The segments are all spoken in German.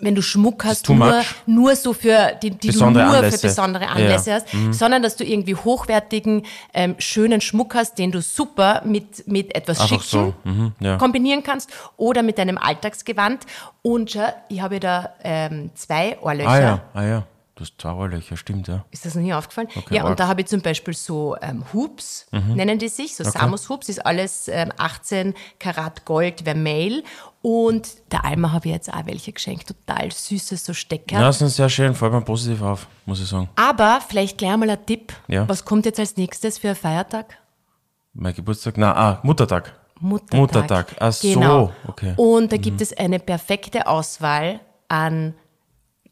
wenn du Schmuck hast, too nur, much. nur so für die, die du nur Besondere Anlässe. für besondere Ja, Mhm. Anlässe ja. hast, sondern dass du irgendwie hochwertigen, ähm, schönen Schmuck hast, den du super mit, mit etwas Einfach Schicken so. Mhm, ja. kombinieren kannst oder mit deinem Alltagsgewand. Und schau, ich habe ja da ähm, zwei Ohrlöcher. Ah ja, ah ja. Du hast zwei Ohrlöcher, stimmt, ja. Ist das noch nie aufgefallen? ja, arg. und da habe ich zum Beispiel so ähm, Hoops, Mhm. nennen die sich, so Samus Hoops, ist alles ähm, 18 Karat Gold Vermeil. Und der Alma habe ich jetzt auch welche geschenkt, total süße so Stecker. Ja, das ist sehr schön, fällt mir positiv auf, muss ich sagen. Aber vielleicht gleich mal ein Tipp, Ja. was kommt jetzt als nächstes für einen Feiertag? Mein Geburtstag, na, ah, Muttertag. Muttertag. Muttertag, ach so, genau. okay. Mhm. Und da gibt es eine perfekte Auswahl an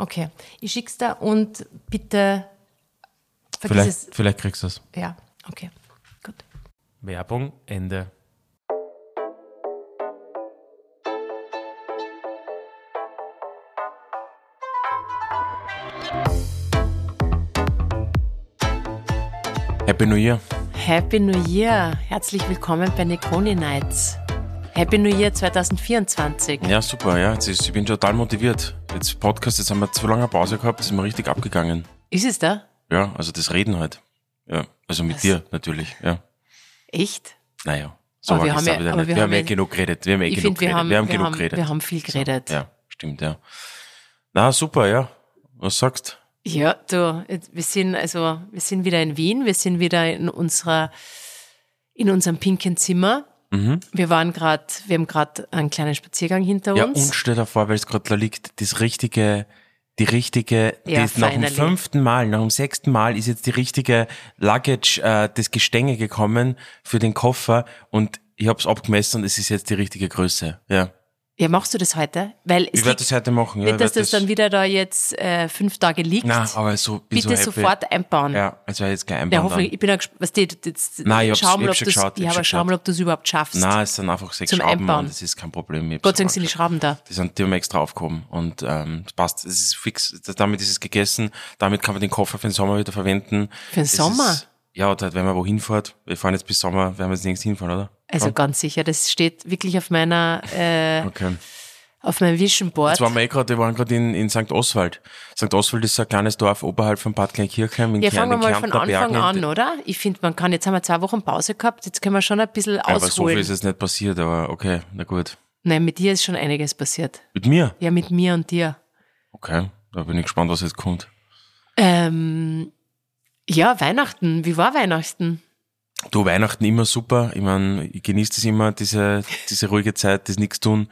Okay, ich schick's da und bitte vergiss Vielleicht, vielleicht kriegst du es. es. Ja, okay, gut. Werbung, Ende. Happy New Year. Happy New Year! Herzlich willkommen bei Nikoni Nights. Happy New Year 2024. Ja, super, ja. Jetzt ist, ich bin total motiviert. Jetzt Podcast, jetzt haben wir zu lange Pause gehabt, sind wir richtig abgegangen. Ist es da? Ja, also das Reden halt. Ja, also mit dir natürlich, ja. Echt? Naja, so Aber arg wir ist haben es ja- auch wieder aber nicht. wir Wir haben haben ja ja- genug geredet. Wir haben ja Ich genug finde, wir geredet. haben, Wir haben wir, genug haben, geredet. wir haben viel geredet. Ja, stimmt, ja. Na, super, ja. Was sagst Ja, du, jetzt- wir sind also, wir sind wieder in Wien, wir sind wieder in unserer, in unserem pinken Zimmer. Mhm. Wir waren gerade, wir haben gerade einen kleinen Spaziergang hinter Ja, uns. und stell dir vor, weil es gerade da liegt, das richtige, die richtige, Ja, das, nach dem finally. fünften Mal, nach dem sechsten Mal ist jetzt die richtige Luggage, äh, das Gestänge gekommen für den Koffer und ich hab's abgemessen und es ist jetzt die richtige Größe. Ja. Ja, machst du das heute? Weil es Ich werde liegt, das heute machen. Ja, nicht, dass ich werd das dann wieder da jetzt äh, fünf Tage liegt. Nein, aber so, bin Bitte so happy. sofort einbauen. Ja, also jetzt kein Ja, Einband. hoffentlich. Ich bin auch gespannt. Was die, jetzt Nein, ich hab's- schau ich mal, hab's ob schon du's- geschaut, ich Ja, hab's aber schon schau mal, ob du es überhaupt schaffst. Nein, es sind einfach sechs Zum Schrauben Einbauen. und das ist kein Problem. Ich hab's Gott sei Dank sind die angeschaut. Schrauben da. Die sind, die haben wir extra aufgehoben und ähm, das passt. Es ist fix. Da- Damit ist es gegessen. Damit kann man den Koffer für den Sommer wieder verwenden. Für den Es Sommer? Ist, ja, oder halt, wenn man wohin fährt. Wir fahren jetzt bis Sommer, werden wir jetzt nirgends hinfahren, oder? Also ganz sicher, das steht wirklich auf meiner, äh, Okay. auf meinem Vision Board. Jetzt waren wir eh gerade, wir waren gerade in, in St. Oswald. St. Oswald ist so ein kleines Dorf oberhalb von Bad Kleinkirchheim in Ja, Kärn- fangen wir in mal von Kärntner Anfang an, Bergen. oder? Ich finde, man kann, jetzt haben wir zwei Wochen Pause gehabt, jetzt können wir schon ein bisschen Aber so viel ausholen. ist jetzt nicht passiert, aber okay, na gut. Nein, mit dir ist schon einiges passiert. Mit mir? Ja, mit mir und dir. Okay, da bin ich gespannt, was jetzt kommt. Ähm, ja, Weihnachten. Wie war Weihnachten? Du, Weihnachten immer super. Ich meine, ich genieße das immer, diese, diese ruhige Zeit, das nichts tun.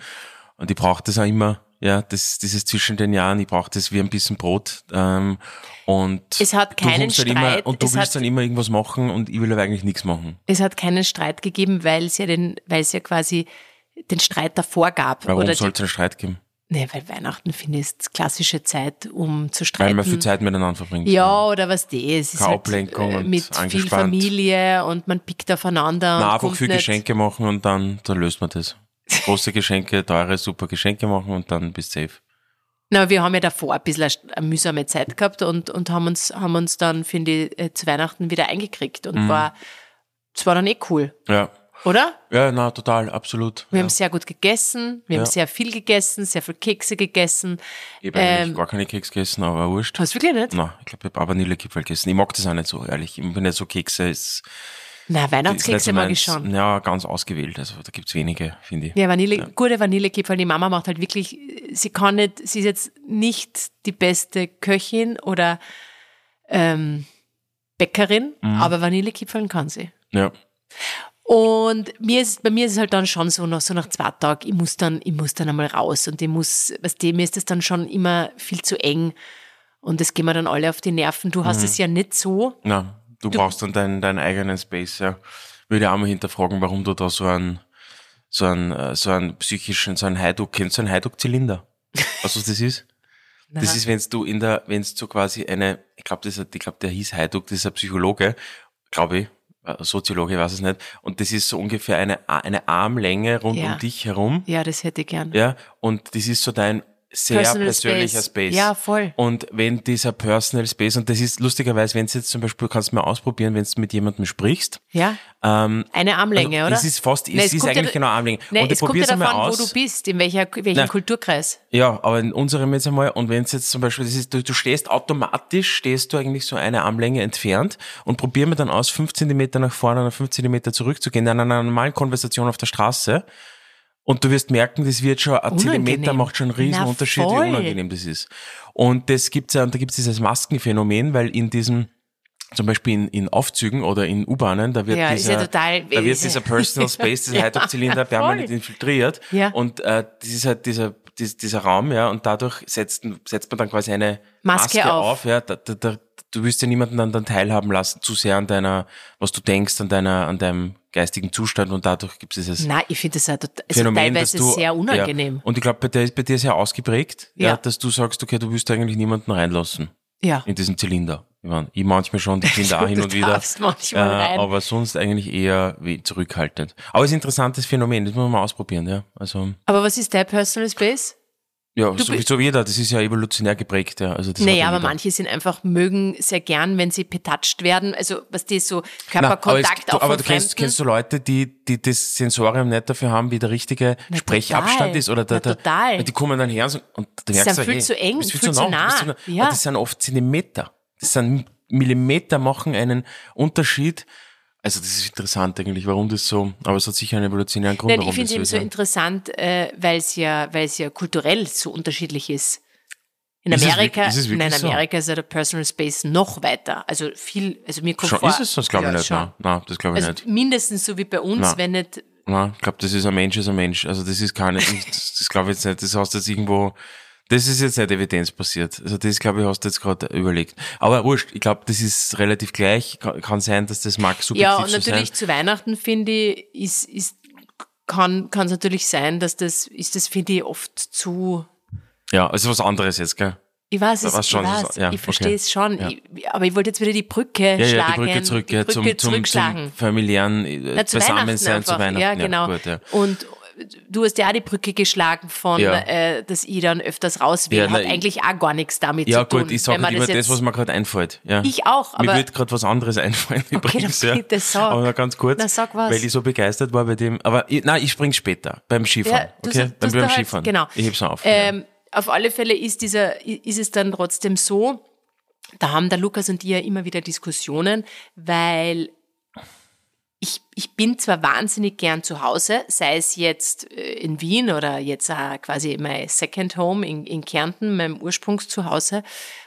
Und ich brauche das auch immer. Ja, das, dieses zwischen den Jahren, ich brauche das wie ein bisschen Brot. Ähm, und Es hat du keinen humpst halt Streit, Immer, und du es willst hat- dann immer irgendwas machen und ich will aber eigentlich nichts machen. Es hat keinen Streit gegeben, weil es ja den, weil es ja quasi den Streit davor gab. Warum oder die- soll es einen Streit geben? Nee, weil Weihnachten finde ich ist klassische Zeit, um zu Weil streiten. man viel Zeit miteinander verbringt. ja, oder was die, es ist Keine halt, Ablenkung äh, und mit viel angespannt. Familie und man pickt aufeinander. und Na, einfach kommt viel nicht. Geschenke machen und dann, dann löst man das. Große Geschenke, teure, super Geschenke machen und dann bist safe. Na, wir haben ja davor ein bisschen eine mühsame Zeit gehabt und, und haben, uns, haben uns dann, finde ich, äh, zu Weihnachten wieder eingekriegt Mhm. und war, es war dann eh cool, Ja. oder? Ja, na, total, absolut. Wir ja. haben sehr gut gegessen, wir haben Ja. sehr viel gegessen, sehr viel Kekse gegessen. Ich habe eigentlich Ähm, gar keine Keks gegessen, aber wurscht. Hast du wirklich nicht? Nein, ich glaube, ich habe auch Vanillekipferl gegessen. Ich mag das auch nicht so, ehrlich. Ich bin nicht so Kekse. Ist, Na, Weihnachtskekse mag ich meins- schon. Ja, ganz ausgewählt. Also da gibt's wenige, finde ich. Ja, Vanille, gute Vanillekipferl. Die Mama macht halt wirklich, sie kann nicht, sie ist jetzt nicht die beste Köchin oder ähm, Bäckerin, Mhm. aber Vanillekipferl kann sie. Ja. Und mir ist, bei mir ist es halt dann schon so, nach, so nach zwei Tagen, ich muss dann, ich muss dann einmal raus und ich muss, was dem ist das dann schon immer viel zu eng. Und das gehen mir dann alle auf die Nerven. Du Mhm. hast es ja nicht so. Na, du, brauchst dann deinen, deinen eigenen Space, ja. Würde auch mal hinterfragen, warum du da so einen, so einen, äh, so einen psychischen, so einen Heiduk, kennst du einen Heiduk-Zylinder? Weißt du, was das ist? Das ist, wenn du in der, wenn du quasi eine, ich glaube, das, ist- ich glaube, der hieß Heiduk, das ist ein Psychologe, glaube ich, äh, Soziologe, ich weiß es nicht. Und das ist so ungefähr eine, A- eine Armlänge rund Ja. um dich herum. Ja, das hätte ich gern. Ja, und das ist so dein sehr Personal persönlicher Space. Space. Ja, voll. Und wenn dieser Personal Space, und das ist lustigerweise, wenn es jetzt zum Beispiel, kannst du mal ausprobieren, wenn du mit jemandem sprichst. Ja? Ähm, Eine Armlänge, also, oder? Es ist fast, Nein, es ist kommt eigentlich ja, genau Armlänge. Nein, und ich es kommt ja probier's davon, einmal wo aus. du bist, in welcher, welchen Nein. Kulturkreis. Ja, aber in unserem jetzt einmal, und wenn es jetzt zum Beispiel, das ist, du, du stehst automatisch, stehst du eigentlich so eine Armlänge entfernt und probieren wir dann aus, fünf Zentimeter nach vorne oder fünf Zentimeter zurückzugehen, in einer normalen Konversation auf der Straße. Und du wirst merken, das wird schon, ein Unangenehm. Zentimeter macht schon einen riesen Na, Unterschied, voll. wie unangenehm das ist. Und das gibt's ja, und da gibt's dieses Maskenphänomen, weil in diesem, zum Beispiel in, in Aufzügen oder in U-Bahnen, da wird Ja, ist dieser, ja total- da wird dieser Personal Space, dieser Ja, Heizungszylinder permanent voll. infiltriert. Ja. Und äh, das ist halt dieser, dies- dieser Raum, ja, und dadurch setzt, setzt man dann quasi eine Maske Maske, auf. auf. ja, da, da, da, du wirst ja niemanden dann, dann teilhaben lassen, zu sehr an deiner, was du denkst, an deiner, an deinem geistigen Zustand und dadurch gibt es dieses Nein, ich finde das ja tot- also Phänomen, teilweise dass du, sehr unangenehm. Ja, und ich glaube, bei dir ist bei dir sehr ausgeprägt, ja. Ja. dass du sagst, okay, du willst eigentlich niemanden reinlassen Ja. in diesen Zylinder. Ich, mein, ich manchmal schon, die Kinder auch hin Du und wieder. äh, darfst manchmal rein. Aber sonst eigentlich eher we- zurückhaltend. Aber es ist ein interessantes Phänomen, das muss man mal ausprobieren, ja. Also, Aber was ist dein Personal Space? ja, so, bist- so jeder, das ist ja evolutionär geprägt, ja. Also das hat Naja, ja aber jeder. manche sind einfach, mögen sehr gern, wenn sie betatscht werden. Also, was die so, Na, aber es- Körperkontakt du, auch von aber du kennst, Fremden. kennst du Leute, die, die das Sensorium nicht dafür haben, wie der richtige Na, Sprechabstand total. ist? Oder der, Na, der, total. weil Die kommen dann her und, so- und du merkst dann du, viel hey, zu eng, du bist viel zu du bist nah. zu Ja. Und das sind oft Zentimeter. Das sind Millimeter machen einen Unterschied. Also das ist interessant eigentlich, warum das so, aber es hat sicher einen evolutionären Grund, Nein, ich warum finde das so eben ist. so ja. interessant, äh, weil es ja, weil es ja kulturell so unterschiedlich ist. In Ist es Amerika, wirklich- ist es nein, wirklich in so? Amerika ist ja der Personal Space noch weiter. Also viel, also mir kommt Schon, vor. ist es sonst, glaube Ja, ich, nicht. schon. Nein, nein das glaube ich Also nicht. mindestens so wie bei uns, Nein. wenn nicht, Nein, ich glaube, das ist ein Mensch, ist ein Mensch. Also das ist keine, das, das glaube ich jetzt nicht. Das hast du jetzt irgendwo, das ist jetzt nicht evidenzbasiert. Also das, glaube ich, hast du jetzt gerade überlegt. Aber wurscht, ich glaube, das ist relativ gleich. Kann, kann sein, dass das mag subjektiv Ja, und so natürlich sein. zu Weihnachten finde ich, ist, ist, kann es natürlich sein, dass das, ist das finde ich oft zu, Ja, also was anderes jetzt, gell? ich weiß es, was ich, schon, das weiß, ist- ja, ich verstehe okay. es schon, Ja. ich, aber ich wollte jetzt wieder die Brücke Ja, ja, die schlagen. Brücke zurück, ja, die zum, Brücke zum, zurückschlagen. zum familiären äh, Na, zu Weihnachten Beisammensein einfach. zu Weihnachten. Ja, genau. gut, ja. Und du hast ja auch die Brücke geschlagen von, Ja. äh, dass ich dann öfters raus will. Ja, Hat nein, eigentlich auch gar nichts damit Ja, zu tun. gut, ich wenn sage man immer das, jetzt- was mir gerade einfällt. Ja. Ich auch, Mir aber- wird gerade was anderes einfallen übrigens. dann ja. bitte sag. Aber ganz kurz, Na, sag was. weil ich so begeistert war bei dem. Aber ich, nein, ich spring später beim Skifahren. du okay? sag- tust beim beim du halt- Skifahren. Genau. Ich heb's auf. Ähm, Auf alle Fälle ist, dieser, i- ist es dann trotzdem so, da haben der Lukas und ich ja immer wieder Diskussionen, weil ich, ich bin zwar wahnsinnig gern zu Hause, sei es jetzt äh, in Wien oder jetzt auch quasi mein Second Home in, in Kärnten, meinem Ursprungszuhause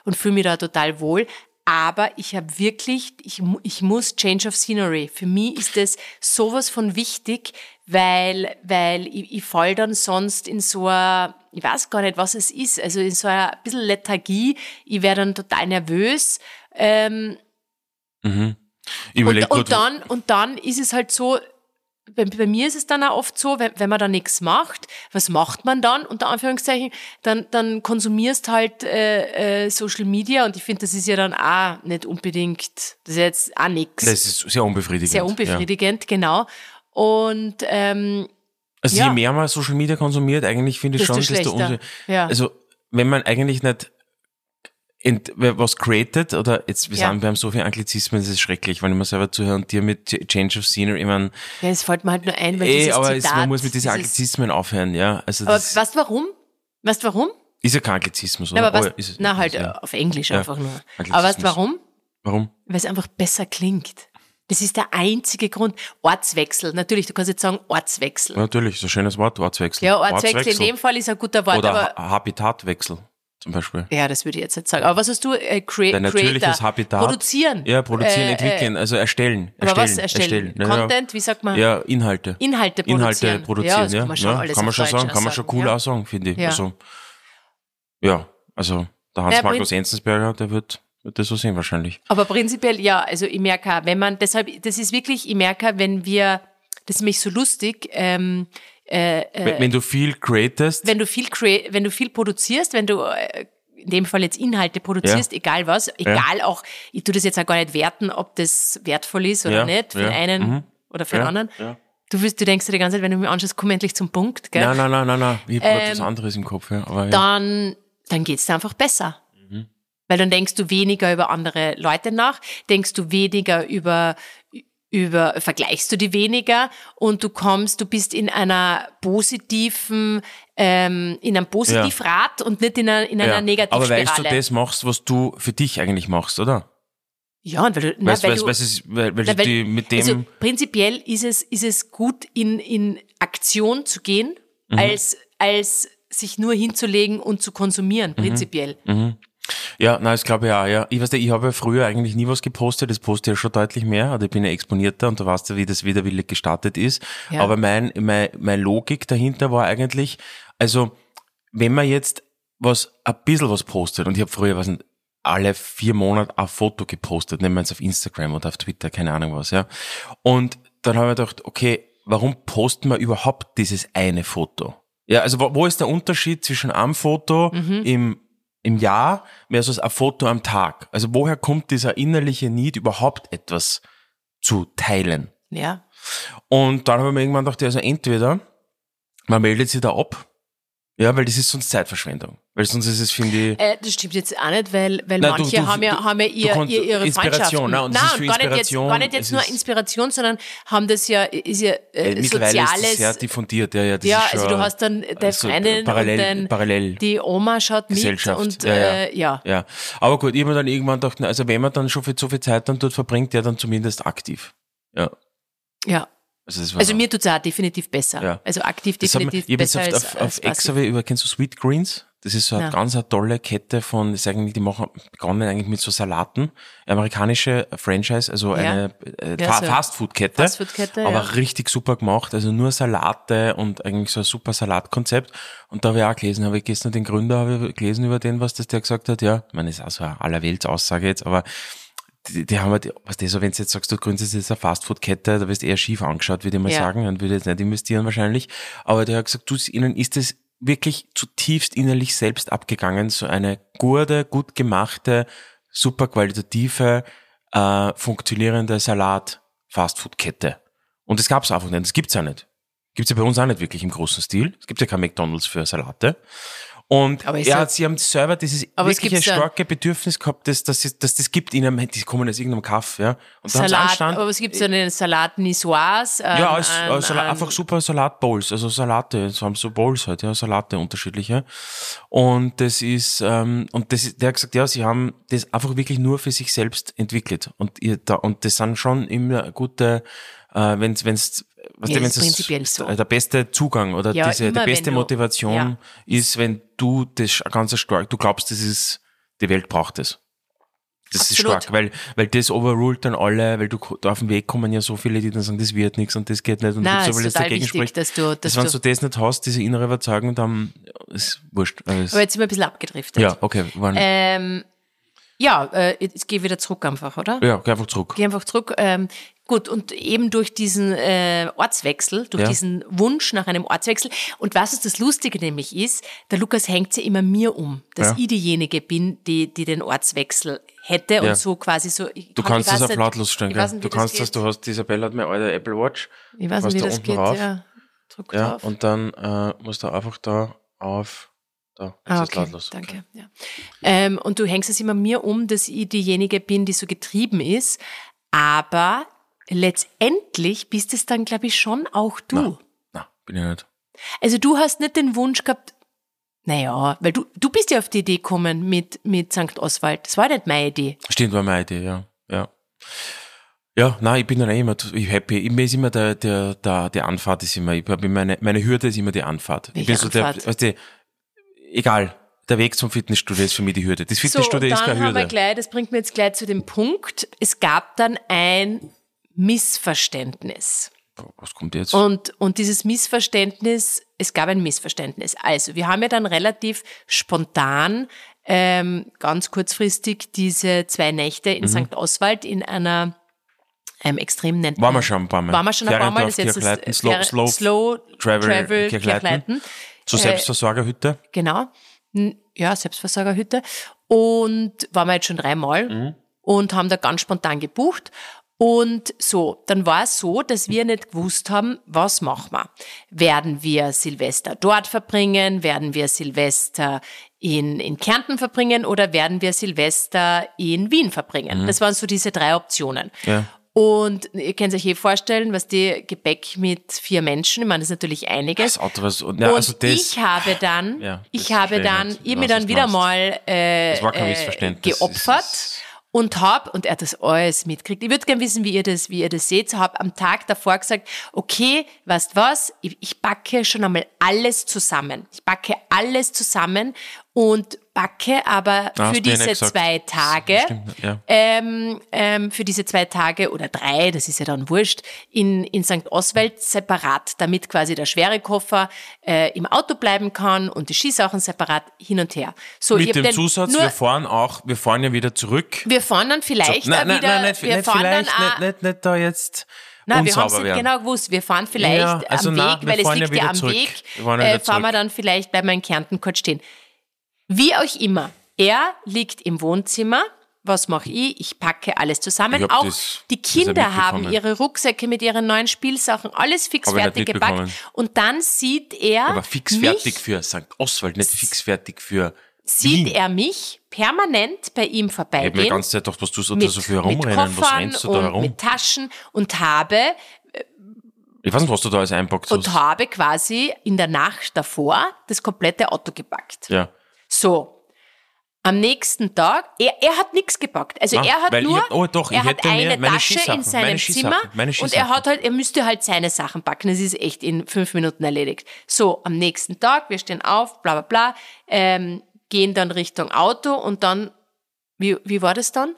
und fühle mich da total wohl. Aber ich habe wirklich, ich, mu- ich muss Change of Scenery. Für mich ist das sowas von wichtig, weil, weil ich, ich fall dann sonst in so a, ich weiß gar nicht, was es ist, also in so ein bisschen Lethargie. Ich werde dann total nervös. Ähm, ja. Ich überleg und, und, grad, wo- dann, und dann ist es halt so, bei, bei mir ist es dann auch oft so, wenn, wenn man da nichts macht, was macht man dann? Unter Anführungszeichen, dann, dann konsumierst halt äh, äh, Social Media und ich finde, das ist ja dann auch nicht unbedingt, das ist jetzt auch nichts. das ist sehr unbefriedigend. Sehr Ja. unbefriedigend, genau. Und ähm, Also Ja. je mehr man Social Media konsumiert, eigentlich finde ich Desto schon, desto schlechter. unser- Ja. Also wenn man eigentlich nicht ent- was created oder jetzt wir Ja. sagen, wir haben so viel Anglizismen, das ist schrecklich, weil ich mir selber zuhöre und dir mit Ch- Change of Scenery, ich meine, ja, es fällt mir halt nur ein, weil Ey, dieses Eh, aber es, Zitat, man muss mit diesen dieses- Anglizismen aufhören, ja. Also Aber das weißt du warum? Weißt du warum? ist ja kein Anglizismus, Na, oder? aber was, Oh, ja, ist es- na ist halt es, äh, ja. auf Englisch einfach nur. Aber Anglizismus. weißt du warum? Warum? Weil es einfach besser klingt. Das ist der einzige Grund. Ortswechsel, natürlich, du kannst jetzt sagen Ortswechsel. Ja, natürlich, ist ein schönes Wort, Ortswechsel. Ja, Ortswechsel, in dem Fall ist ein guter Wort, Oder aber Ha- Habitatwechsel zum Beispiel. ja, das würde ich jetzt nicht sagen. Aber was hast du, äh, Crea Dein natürliches Creator, Habitat. produzieren? Ja, produzieren, Äh, entwickeln, also erstellen. aber erstellen was erstellen? Ja, Content, wie sagt Ja. man? ja, Inhalte. Inhalte produzieren. Inhalte produzieren, Ja, ja. das kann man schon alles kann man auf schon Deutsch sagen, auch kann man schon sagen, cool ja. auch sagen, finde ich. Ja. Also, ja, also Ja, der Hans-Markus bring- Enzensberger, der wird, wird das so sehen wahrscheinlich. Aber prinzipiell ja, also ich merke, auch, wenn man, deshalb, das ist wirklich, ich merke, auch, wenn wir, das ist mich so lustig, ähm, wenn, wenn du viel createst, Äh. wenn du viel crea- wenn du viel produzierst, wenn du äh, in dem Fall jetzt Inhalte produzierst, egal was, egal auch, ich tue das jetzt auch gar nicht werten, ob das wertvoll ist oder Ja, nicht, für ja, Mhm. den einen oder für den Ja, anderen. ja. Du, wirst, du denkst dir die ganze Zeit, wenn du mir anschaust, komm endlich zum Punkt, gell? nein, nein, nein, nein, nein, ich habe Ähm. was anderes im Kopf, ja, aber ja. dann, dann geht's dir einfach besser. Weil dann denkst du weniger über andere Leute nach, denkst du weniger über, über, vergleichst du die weniger und du kommst, du bist in einer positiven, ähm, in einem Positivrad und nicht in einer, in einer ja. Negativspirale. aber weißt du, das machst, was du für dich eigentlich machst, oder? ja, und weil du, na, Weißt, weil weißt, du, weißt, es- weil, weil, na, weil- du die mit dem also prinzipiell ist es, ist es gut, in, in Aktion zu gehen, Mhm. als, als sich nur hinzulegen und zu konsumieren, Mhm. prinzipiell. Ja, nein, das glaube ich auch, ja. Ich weiß nicht, ich habe ja früher eigentlich nie was gepostet, das poste ich ja schon deutlich mehr, oder ich bin ja exponierter und du weißt ja, wie das widerwillig gestartet ist. Ja. Aber mein, mein, meine Logik dahinter war eigentlich, also, wenn man jetzt was, ein bisschen was postet, und ich habe früher, was nicht, alle vier Monate ein Foto gepostet, nehmen wir jetzt auf Instagram oder auf Twitter, keine Ahnung was, ja. Und dann habe ich mir gedacht, okay, warum posten wir überhaupt dieses eine Foto? Ja, also wo, wo ist der Unterschied zwischen einem Foto im, im Jahr versus ein Foto am Tag? Also woher kommt dieser innerliche Need überhaupt etwas zu teilen? Ja. Und dann habe ich mir irgendwann gedacht, ja, also entweder man meldet sich da ab, ja, weil das ist sonst Zeitverschwendung. Weil sonst ist es, finde ich, Äh, das stimmt jetzt auch nicht, weil, weil Nein, du- manche du- haben ja, du- haben ja du ihr, kannst- ihr, ihre Freundschaften. Inspiration, ne? Und das ist gar für nicht jetzt, Inspiration, gar nicht jetzt es nur ist- Inspiration, sondern haben das ja, ist ja äh, äh, mittlerweile ist soziales. es sehr diffundiert. Ja, ja, das ja, ist schon, also du hast dann deine so Freundin und parallel, dann parallel. die Oma schaut mit Gesellschaft. und ja, ja. Äh, ja. ja. Aber gut, ich habe mir dann irgendwann gedacht, na, also wenn man dann schon viel, so viel Zeit dann dort verbringt, ja, dann zumindest aktiv. Ja. ja. Also, das war Also mir tut's auch definitiv besser. Ja. Also aktiv das hat man, definitiv ich habe jetzt besser als, auf, auf, als auf passiv. Exave über, kennst du Sweet Greens? Das ist so eine Nein. ganz eine tolle Kette von, ist eigentlich, die machen, begonnen eigentlich mit so Salaten. Amerikanische Franchise, also Ja. eine äh, Ja, Fa so Fastfood-Kette. Fastfood-Kette, aber ja. richtig super gemacht. Also nur Salate und eigentlich so ein super Salatkonzept. Und da habe ich auch gelesen, habe ich gestern den Gründer habe ich gelesen über den, was das der gesagt hat. Ja, ich meine, das ist auch so eine Allerweltsaussage jetzt, aber die, die haben halt, was das so, wenn du jetzt sagst, du gründest jetzt eine Fastfood-Kette, da wirst du eher schief angeschaut, würde ich mal Ja. sagen, und würde jetzt nicht investieren wahrscheinlich. Aber der hat gesagt, du, ihnen ist es wirklich zutiefst innerlich selbst abgegangen, so eine gute, gut gemachte, super qualitative, äh, funktionierende Salat-Fastfood-Kette. Und das gab's einfach nicht, das gibt's ja nicht. Gibt's ja bei uns auch nicht wirklich im großen Stil. Es gibt ja kein McDonalds für Salate. Und Aber aber ich er sag- hat, sie haben selber dieses Aber es wirklich ein gibt's ja. starke Bedürfnis gehabt, dass, dass, sie- dass das gibt ihnen, die kommen aus irgendeinem Kaff, ja. Und da haben sie Salat, anstand- aber es gibt so einen Salat Nisoise. ähm, ja, als, ähm, als Salat, ähm, einfach super Salatbowls, also Salate, so haben so Bowls halt, ja, Salate unterschiedliche. Und das ist, ähm, und das ist, der hat gesagt, ja, sie haben das einfach wirklich nur für sich selbst entwickelt. Und ihr da, und das sind schon immer gute, äh, wenn's, wenn's, was Ja, das wenn's ist prinzipiell so. der beste Zugang oder Ja, diese, immer, die wenn beste du- Motivation ja. ist, wenn du das ganz stark, du glaubst, das ist, die Welt braucht es. Das Absolut. ist stark, weil, weil das overruled dann alle, weil du ko- da auf dem Weg kommen ja so viele, die dann sagen, das wird nichts und das geht nicht und Nein, gibt's ist das total wichtig, dass du, dass Das, wenn du, du das nicht hast, diese innere Überzeugung, dann ist wurscht. Also aber es, jetzt sind wir ein bisschen abgedriftet. ja, okay, waren, Ähm, ja, äh, jetzt geh wieder zurück einfach, oder? ja, geh einfach zurück. Geh einfach zurück. Ähm, gut, und eben durch diesen äh, Ortswechsel, durch Ja. diesen Wunsch nach einem Ortswechsel. Und was ist das Lustige nämlich ist, der Lukas hängt sie immer mir um, dass Ja. ich diejenige bin, die, die den Ortswechsel hätte und Ja. so quasi so. Ich Du kann- kannst ich weiß das auf nicht- lautlos stellen, ich gell? weiß nicht, du wie kannst das, das, geht. du hast, die Isabelle hat meine alte Apple Watch. Ich weiß was nicht, wie da das unten geht. rauf. Ja, drück Ja, drauf. und dann äh, musst du einfach da auf, da, das Ah, ist okay, lautlos. danke. Ja. Ähm, und du hängst es immer mir um, dass ich diejenige bin, die so getrieben ist. Aber letztendlich bist es dann, glaube ich, schon auch du. Nein. Nein, bin ich nicht. Also du hast nicht den Wunsch gehabt, naja, weil du, du bist ja auf die Idee gekommen mit, mit St. Oswald. Das war nicht meine Idee. Stimmt, war meine Idee, ja. ja. Ja, nein, ich bin dann eh immer t- ich happy. Ich, mir ist immer der, der, der, die Anfahrt ist immer, ich hab immer meine, meine Hürde ist immer die Anfahrt. ich Welche bin so der, Anfahrt? weißt du, egal. Der Weg zum Fitnessstudio ist für mich die Hürde. Das So, und Fitnessstudio dann ist keine haben wir Hürde. gleich, das bringt mir jetzt gleich zu dem Punkt, es gab dann ein Missverständnis. Was kommt jetzt? Und, und dieses Missverständnis, es gab ein Missverständnis. Also, wir haben ja dann relativ spontan, ähm, ganz kurzfristig, diese zwei Nächte Mhm. in St. Oswald in einer ähm, extrem nennt Waren wir schon ein paar Mal. Waren wir schon ein paar Mal, das äh, Kärntner, jetzt Kirchleiten, ist Slow- Fer- Slow Travel, Kirchleiten. Ähm, Zur äh, Selbstversorgerhütte. Genau. N- Ja, Selbstversorgerhütte. Und waren wir jetzt schon dreimal und haben da ganz spontan gebucht. Und so, dann war es so, dass wir nicht gewusst haben, was machen wir. Werden wir Silvester dort verbringen? Werden wir Silvester in, in Kärnten verbringen? Oder werden wir Silvester in Wien verbringen? Das waren so diese drei Optionen. Ja. Und ihr könnt euch eh vorstellen, was die Gepäck mit vier Menschen, ich meine, das ist natürlich einiges. Das Auto was, und, ja, Und also das, ich habe dann, Ja, das ich verstehe habe ich dann, nicht, Genau, ich mir was dann du wieder meinst. mal äh, das war kein äh, Missverständnis. Das geopfert ist- und hab und er hat das alles mitkriegt. Ich würde gerne wissen, wie ihr das, wie ihr das seht. So hab am Tag davor gesagt, okay, weißt was, ich, ich backe schon einmal alles zusammen. Ich backe alles zusammen und backe aber Ah, hast für du ja diese nicht gesagt. zwei Tage Stimmt, ja. ähm, ähm, für diese zwei Tage oder drei, das ist ja dann wurscht, in, in St. Oswald separat, damit quasi der schwere Koffer äh, im Auto bleiben kann und die Skisachen separat hin und her. So, ich hab Mit dem den Zusatz, nur, wir fahren auch, wir fahren ja wieder zurück. wir fahren dann vielleicht nein, auch nein, wieder, nein, nicht, wir nicht fahren dann vielleicht, auch, nicht, nicht, nicht da jetzt nein, wir haben unsauber es nicht werden. genau gewusst, wir fahren vielleicht Ja, also am nein, Weg, wir weil es fahren ja liegt ja, wieder am zurück. Weg, Wir fahren ja äh, wieder fahren wir zurück. dann vielleicht bei meinem Kärnten kurz stehen. Wie auch immer, er liegt im Wohnzimmer. Was mache ich? Ich packe alles zusammen. Ich hab Auch das- die das hab ich Kinder haben mitbekommen. ihre Rucksäcke mit ihren neuen Spielsachen, alles fix Hab ich nicht fertig gepackt. mitbekommen. Und dann sieht er Aber fix mich fertig für St. Oswald, nicht fix fertig für sieht Wien. er mich permanent bei ihm Ich hab mir die vorbeigehen. ganze Zeit gedacht, was tust du da so viel herumrennen? Was Koffern rennst du da und herum? mit Taschen und habe Ich weiß nicht, was du da alles einpackt und hast. habe quasi in der Nacht davor das komplette Auto gepackt. Ja. So. Am nächsten Tag, er, er hat nichts gepackt. Also Nein, er hat weil ich nur, hab- oh doch, ich er hat hätte mir eine meine Tasche in Skisachen, seinem meine Skisachen, Zimmer meine und Skisachen. er hat halt, er müsste halt seine Sachen packen. Das ist echt in fünf Minuten erledigt. So, am nächsten Tag, wir stehen auf, bla bla bla, ähm, gehen dann Richtung Auto und dann, wie, wie war das dann?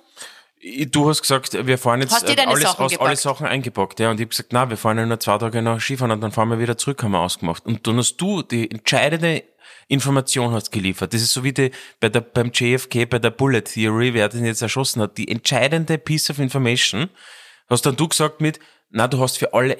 Ich- Du hast gesagt, wir fahren jetzt Hast du äh, deine alles, Sachen aus, alle gepackt? Sachen eingepackt. Ja. Und ich habe gesagt, na, wir fahren ja nur zwei Tage nach Skifahren und dann fahren wir wieder zurück, haben wir ausgemacht. Und dann hast du die entscheidende Information hast geliefert. Das ist so wie die, bei der, beim JFK, bei der Bullet Theory, wer den jetzt erschossen hat. Die entscheidende Piece of Information hast dann du gesagt mit, na, du hast für alle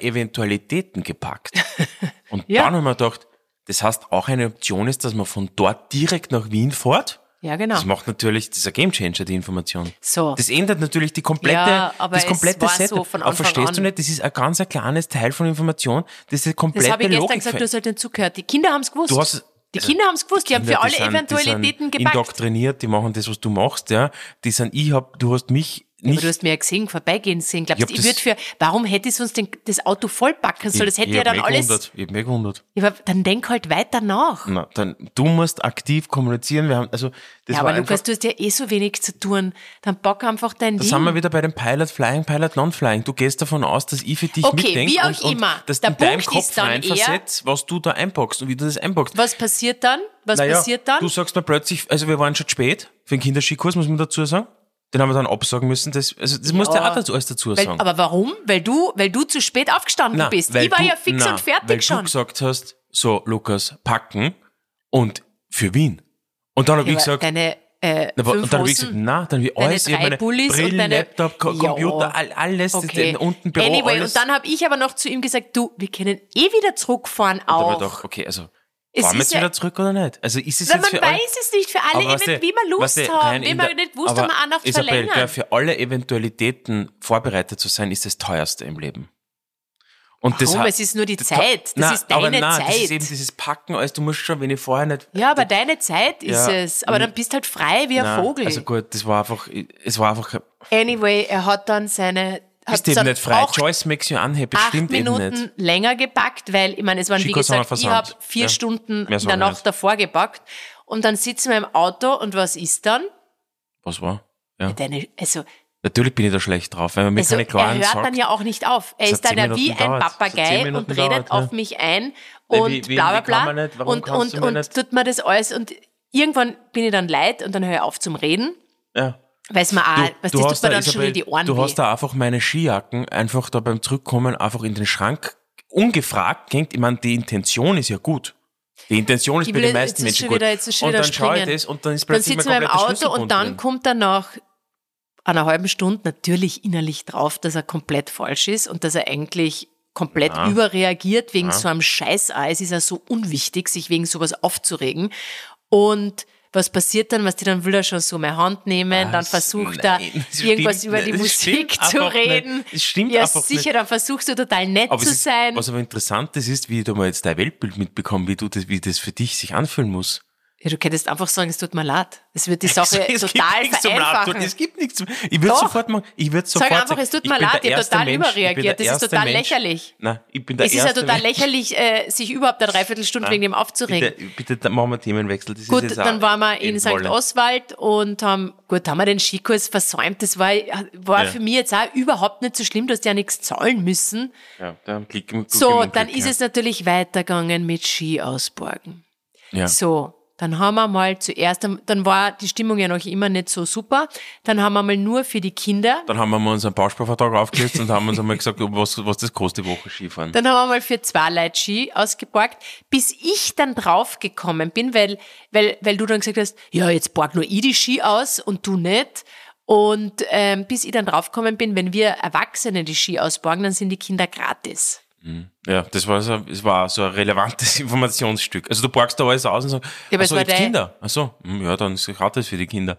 Eventualitäten gepackt. Und Ja. dann haben wir gedacht, das heißt, auch eine Option ist, dass man von dort direkt nach Wien fährt. Ja, genau. Das macht natürlich, das ist ein Gamechanger, die Information. So. Das ändert natürlich die komplette, Ja, aber das es komplette war Set. so von aber Anfang verstehst du an. nicht, das ist ein ganz ein kleines Teil von Information, das ist die Das komplette habe ich gestern Logik. gesagt, du hast halt nicht zugehört. Die Kinder haben es gewusst. Du hast- die Kinder haben es gewusst, die haben für Kinder, alle die sind- die Eventualitäten sind gepackt. indoktriniert, die machen das, was du machst, ja. Die sind, ich hab, du hast mich nicht, Aber du hast mir ja gesehen, vorbeigehen sehen. Glaubst Ich hab du, ich das- würde für, warum hätte ich sonst den, das Auto vollpacken sollen? Das hätte ich ja hab dann mich alles. Gewundert. Hm. Ich hab mich gewundert. Ja, aber dann denk halt weiter nach. Na, dann, du musst aktiv kommunizieren, wir haben, also, Ja, das war aber einfach, Lukas, du hast ja eh so wenig zu tun. Dann pack einfach dein da sind Ding. wir wieder bei dem Pilot Flying, Pilot Non-Flying. Du gehst davon aus, dass ich für dich Okay, mitdenke wie auch und, und immer. dass Der in deinem Punkt ist Kopf dann eher- reinversetzt, was du da einpackst und wie du das einpackst. Was passiert dann? Was Naja, passiert dann? Du sagst mir plötzlich, also wir waren schon spät für den Kinderskikurs, muss man dazu sagen. Den haben wir dann absagen müssen. Das, also das musst du ja auch dazu, alles dazu weil, sagen. aber warum? Weil du, weil du zu spät aufgestanden Nein, bist. weil Ich war du- ja fix nein, und weil fertig du schon. gesagt hast, so Lukas, packen und für Wien. Und dann habe ich Aber gesagt, deine äh, na, aber- fünf und dann habe ich Hosen- gesagt, na, dann wie deine alles, ich hab drei meine Pullis und Brillen, deine- Laptop, Ko- Ja. oh. Computer, all, alles, das Okay. ist unten Büro, anyway, alles. und dann habe ich aber noch zu ihm gesagt, du, wir können eh wieder zurückfahren da hab ich auch. gedacht, okay, also Es fahren wir ist jetzt ja- wieder zurück oder nicht? Also ist es Weil jetzt man für alle- weiß es nicht für alle, weißt Event, du, wie wir Lust weißt du, haben. rein Wenn in man der- nicht wusste, aber haben wir auch noch Isabel, verlängern. Gell, für alle Eventualitäten vorbereitet zu sein, ist das teuerste im Leben. Und das Warum? hat- es ist nur die das- Zeit. Das nein, ist deine aber nein, Das ist Zeit. eben dieses Packen, also du musst schon, wenn ich vorher nicht. ja, aber deine Zeit ist Ja. es. Aber dann bist halt frei wie ein Nein, Vogel. Also gut, das war einfach, es war einfach, anyway, er hat dann seine hat ist eben dann nicht frei. acht, Choice makes you unhappy, acht stimmt eben Minuten nicht. länger gepackt, weil ich meine, es waren wie Chicos haben gesagt, wir ich habe versaut. vier Ja. Stunden Mehr in der sagen wir Nacht nicht. davor gepackt. Und dann sitzen wir im Auto und was ist dann? Was war? Ja. Deine, also Natürlich bin ich da schlecht drauf, weil man mir Also keine er klaren hört sagt. dann ja auch nicht auf. Er Es ist hat dann ja zehn wie Minuten ein gedauert. Es hat zehn Papagei und Minuten redet gedauert, ja. auf mich ein Wie- und wie- wie bla kann bla man bla. nicht? Warum Und, kannst und, du mir und nicht? tut mir das alles und irgendwann bin ich dann leid und dann höre ich auf zum Reden, ja. weil es mir auch, weißt du, Ah, das tut mir dann schon wieder die Ohren du weh. hast da einfach meine Skijacken einfach da beim Zurückkommen einfach in den Schrank ungefragt gehängt. Ich meine, die Intention ist ja gut. Die Intention ist Ich bei will- den jetzt meisten ist Menschen schon gut. wieder- jetzt ist schon und wieder dann schaue ich springen. das und dann ist dann plötzlich sitzen mein wir im kompletter Auto Schlüsselbund und dann drin. kommt er nach einer halben Stunde natürlich innerlich drauf, dass er komplett falsch ist und dass er eigentlich komplett Ja. überreagiert wegen Ja. so einem Scheißeis. Ist ja so unwichtig, sich wegen sowas aufzuregen. Und was passiert dann? Was die dann will er schon so meine Hand nehmen, dann Was? versucht Nein, das er irgendwas stimmt über nicht. die Das Musik stimmt zu einfach nicht. reden. Das stimmt ja, einfach sicher, nicht. dann versuchst du total nett Aber zu es ist, sein. was aber interessant ist, ist, wie ich da mal jetzt dein Weltbild mitbekomme, wie du das, wie das für dich sich anfühlen muss. ja, du könntest einfach sagen, es tut mir leid. Es wird die Sache Es gibt total nichts zum vereinfachen. Nachdenken. Es gibt nichts zum, ich würde Doch. sofort machen, ich würde Sag sofort einfach, es tut ich mir bin leid, der ich hab erste total Mensch, ich bin überreagiert. der Das ist erste total Mensch. lächerlich. Nein, ich bin der Es ist ja erste total Mensch. lächerlich, äh, sich überhaupt eine Dreiviertelstunde wegen dem aufzuregen. Bitte, bitte da machen wir Themenwechsel. Das ist Gut, jetzt auch dann waren wir in St. Wolle. Oswald und haben, gut, haben wir den Skikurs versäumt. Das war, war Ja. für mich jetzt auch überhaupt nicht so schlimm, dass die ja nichts zahlen müssen. Ja, dann klicken wir So, dann ist es natürlich weitergegangen mit Ski ausborgen. Ja. So, dann haben wir mal zuerst, dann war die Stimmung ja noch immer nicht so super. Dann haben wir mal nur für die Kinder Dann haben wir mal unseren Bausparvertrag aufgelöst und haben uns einmal gesagt, was, was das kostet, die Woche Skifahren. Dann haben wir mal für zwei Leute Ski ausgeborgt, bis ich dann draufgekommen bin, weil, weil, weil du dann gesagt hast, ja, jetzt borg nur ich die Ski aus und du nicht. Und ähm, bis ich dann draufgekommen bin, wenn wir Erwachsene die Ski ausborgen, dann sind die Kinder gratis. Ja, das war so, es war so ein relevantes Informationsstück. Also du parkst da alles aus und sagst, Ja, aber ach es so, war jetzt dein- Kinder. Ach so, hm, ja, dann ist es gratis für die Kinder.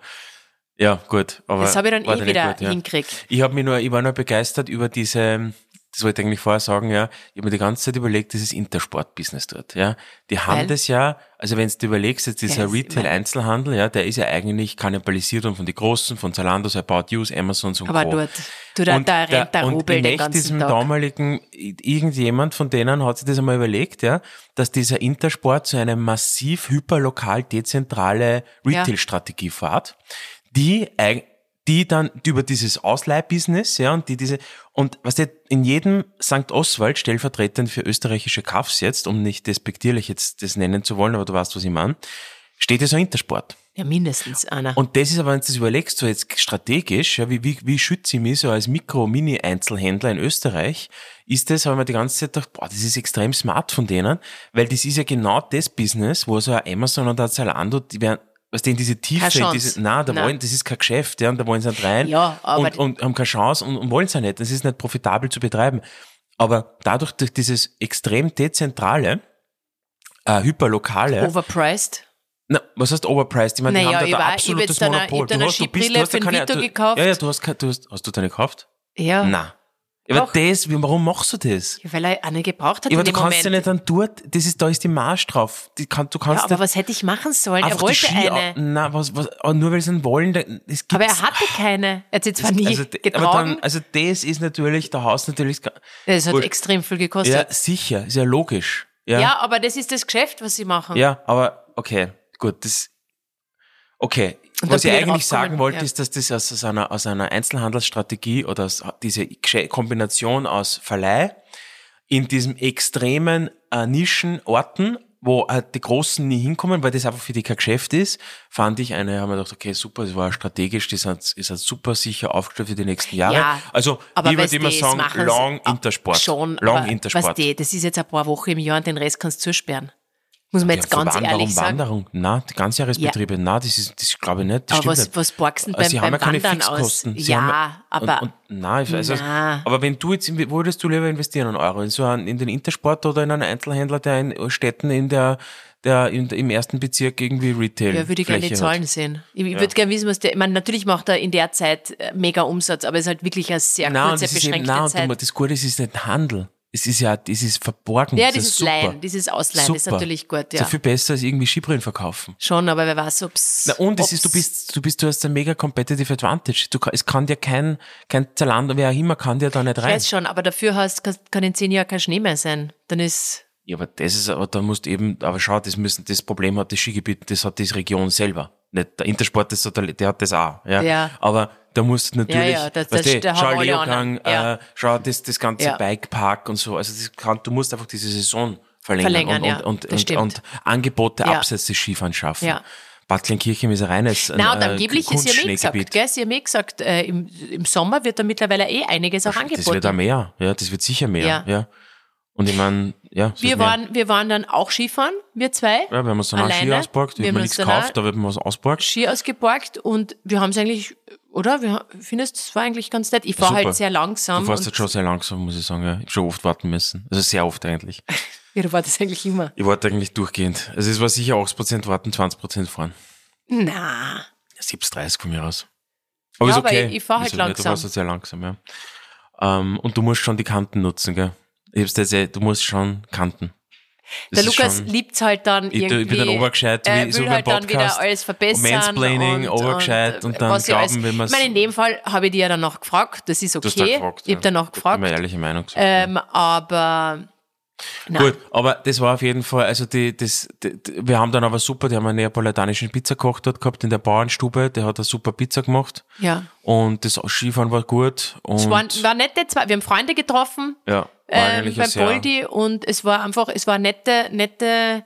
Ja, gut. Aber Das habe ich dann war eh nicht wieder gut, ja. hinkriegt. Ich habe mich nur, ich war nur begeistert über diese, das wollte ich eigentlich vorher sagen, ja, ich habe mir die ganze Zeit überlegt, dieses Intersport-Business dort, ja. Die haben Weil? das ja, also wenn du dir überlegst, jetzt dieser das- Retail-Einzelhandel, ja, der ist ja eigentlich kannibalisiert und von den Großen, von Zalando, About Use, Amazon und Aber Co. dort, du, da, da rennt der und Rubel in den echt ganzen diesem Tag. damaligen, irgendjemand von denen hat sich das einmal überlegt, ja, dass dieser Intersport zu einer massiv hyperlokal dezentrale Retail-Strategie fährt, die, eig- die dann über dieses Ausleihbusiness, ja, und die diese, und was weißt du, in jedem St. Oswald, stellvertretend für österreichische Kaffs jetzt, um nicht despektierlich jetzt das nennen zu wollen, aber du weißt, was ich meine, steht ja so ein Intersport. Ja, mindestens einer. Und das ist aber, wenn du das überlegst, so jetzt strategisch, ja, wie, wie, wie schütze ich mich so als Mikro-Mini-Einzelhändler in Österreich, ist das, haben wir die ganze Zeit gedacht, boah, das ist extrem smart von denen, weil das ist ja genau das Business, wo so ein Amazon und ein Zalando, die werden, was in diese Tiefe, Keine in Chance. diese, nein, da Nein. wollen, das ist kein Geschäft, ja, und da wollen sie nicht rein Ja, aber- und, und haben keine Chance und, und wollen es ja nicht. Das ist nicht profitabel zu betreiben. Aber dadurch, durch dieses extrem dezentrale, äh, hyperlokale, Overpriced. na, was heißt overpriced? Ich meine, die Naja, haben ich da, da war- ich hab absolutes jetzt dann eine- ich Monopol. hab dann eine hast- bist- Skibrille hast da für den keine- Vito du- gekauft. Ja, ja, du hast, keine- du hast, hast du deine gekauft? Ja. Nein. Aber Doch. das, wie- warum machst du das? Ja, Weil er einen gebraucht hat Aber in du dem kannst ja Moment. nicht dann dort, das ist, da ist die Marsch drauf. Die kann, du Ja, kannst aber nicht was hätte ich machen sollen? Er einfach die wollte Ski, eine. Nein, was, was, aber nur weil sie ihn wollen, da- es gibt Aber er hatte keine. Er hat sie zwar nie also, d- aber getragen. dann, also das ist natürlich, da hast du natürlich, Es hat Wurscht. extrem viel ja, gekostet. sicher, ist ja logisch. Ja. Ja, aber das ist das Geschäft, was sie machen. Ja, aber okay, gut, das. Okay, Und was dann ich bin ich eigentlich draufgekommen, sagen wollte, ja. ist, dass das aus, aus, einer, aus einer Einzelhandelsstrategie oder aus diese Gesche- Kombination aus Verleih in diesem extremen äh, Nischenorten, wo äh, die Großen nie hinkommen, weil das einfach für die kein Geschäft ist, fand ich eine, haben wir gedacht, okay, super, das war strategisch, das hat, ist halt super sicher aufgestellt für die nächsten Jahre. Ja, also, aber wie würde weißt immer die, es sagen, machen's long Intersport. Schon. long aber, Weißt Intersport. du, das ist jetzt ein paar Wochen im Jahr und den Rest kannst du zusperren. Muss man jetzt Ja, ganz Wanderung, ehrlich sagen. Wanderung, na, die Ganzjahresbetriebe, na, das ist, das glaube ich nicht. Das Aber stimmt was, nicht. was borgst du denn Also beim, Sie haben beim ja keine Wandern aus? Fixkosten. Sie ja, haben, aber Und, und, nein, ich weiß, also, Na. aber wenn du jetzt, in- würdest du lieber investieren einen Euro in so einen, in den Intersport oder in einen Einzelhändler, der in Städten in der, der, in, im ersten Bezirk irgendwie Retail. ja, würde ich gerne die Fläche Zahlen Hat. sehen. Ich, ich würde gerne wissen, was der. Ich meine, natürlich macht er in der Zeit äh, mega Umsatz, aber es ist halt wirklich eine sehr Nein, und kurze, das ist eben, beschränkte nein, und Zeit. du- das Gute ist, es ist nicht Handel. Es ist ja, es ist verborgen. ja, das dieses ist super. Leihen, dieses Ausleihen ist Super. natürlich gut, Das ist ja. ja viel besser als irgendwie Skibrillen verkaufen. Schon, aber wer weiß, ob's. Na und es ist, du ob's- bist, du bist, du hast ein mega competitive advantage. Du, kann- es kann dir kein, kein Zalando, wer auch immer, kann dir da nicht Ich rein. weiß schon, aber dafür hast, kann, kann in zehn Jahren kein Schnee mehr sein. Dann ist, Ja, aber das ist, aber da musst eben, aber schau, das müssen, das Problem hat das Skigebiet, das hat die Region selber. Nicht der Intersport, das hat, der, der hat das auch, ja. Ja. Aber Da musst du natürlich, ja, das- weißt das- du, da haben schau alle Leogang, anderen, ja. äh, schau das, das ganze Ja. Bikepark und so. Also das kann, du musst einfach diese Saison verlängern, Verlängern, und, ja, und, das und, und, stimmt. und Angebote Ja. abseits des Skifahren schaffen. Ja. Bad Kleinkirchheim ist ein reines äh, Na, und angeblich ist ja mehr Kunstschneegebiet. gesagt, gell? Sie haben eh gesagt, äh, im, im Sommer wird da mittlerweile eh einiges auch angeboten. Das wird auch mehr, ja, das wird sicher mehr, ja. Ja. Und ich meine, ja, es wir, wird mehr. waren, wir waren dann auch Skifahren, wir zwei, ja, wir haben uns dann auch alleine. Ski ausgeborgt, wir Wir haben haben nichts uns dann auch- gekauft, aber wir haben was ausgeborgt. Ski ausgeborgt und wir haben es eigentlich, oder? Wir ha- findest, es war eigentlich ganz nett. Ich fahre Super. halt sehr langsam. Du fährst und, jetzt schon sehr langsam, muss ich sagen, ja. Ich habe schon oft warten müssen, also sehr oft eigentlich. Ja, da war das eigentlich immer. Ich warte eigentlich durchgehend. Also es war sicher 80% warten, 20% fahren. Na, 7,30 von mir aus. Aber Ja, ist aber okay. ich- ich fahr halt Ist okay, Du langsam. fährst halt sehr langsam, ja. Ähm, und du musst schon die Kanten nutzen, gell? Ich hab's dir jetzt eh- du musst schon Kanten. Das der ist Lukas schon- liebt's halt dann Ich- ich bin irgendwie. dann obergescheit, er wie- will so wie halt ein dann wieder Podcast. alles verbessern. Mansplaining, und, obergescheit und dann was ich glauben, wenn man's- Ich meine, in dem Fall habe ich die ja dann noch gefragt. Das ist okay. Du hast da gefragt. ich habe dann noch Ich hab meine gefragt. ehrliche Meinung gesagt. Ähm, aber nein. Gut, aber das war auf jeden Fall, also die, das, die, die- wir haben dann aber super, die haben eine neapolitanische Pizza gekocht dort gehabt in der Bauernstube, der hat eine super Pizza gemacht ja. und das Skifahren war gut und Es waren, waren nette zwei, wir haben Freunde getroffen ja, war ähm, eigentlich ein beim sehr- Poldi und es war einfach, es war nette, nette,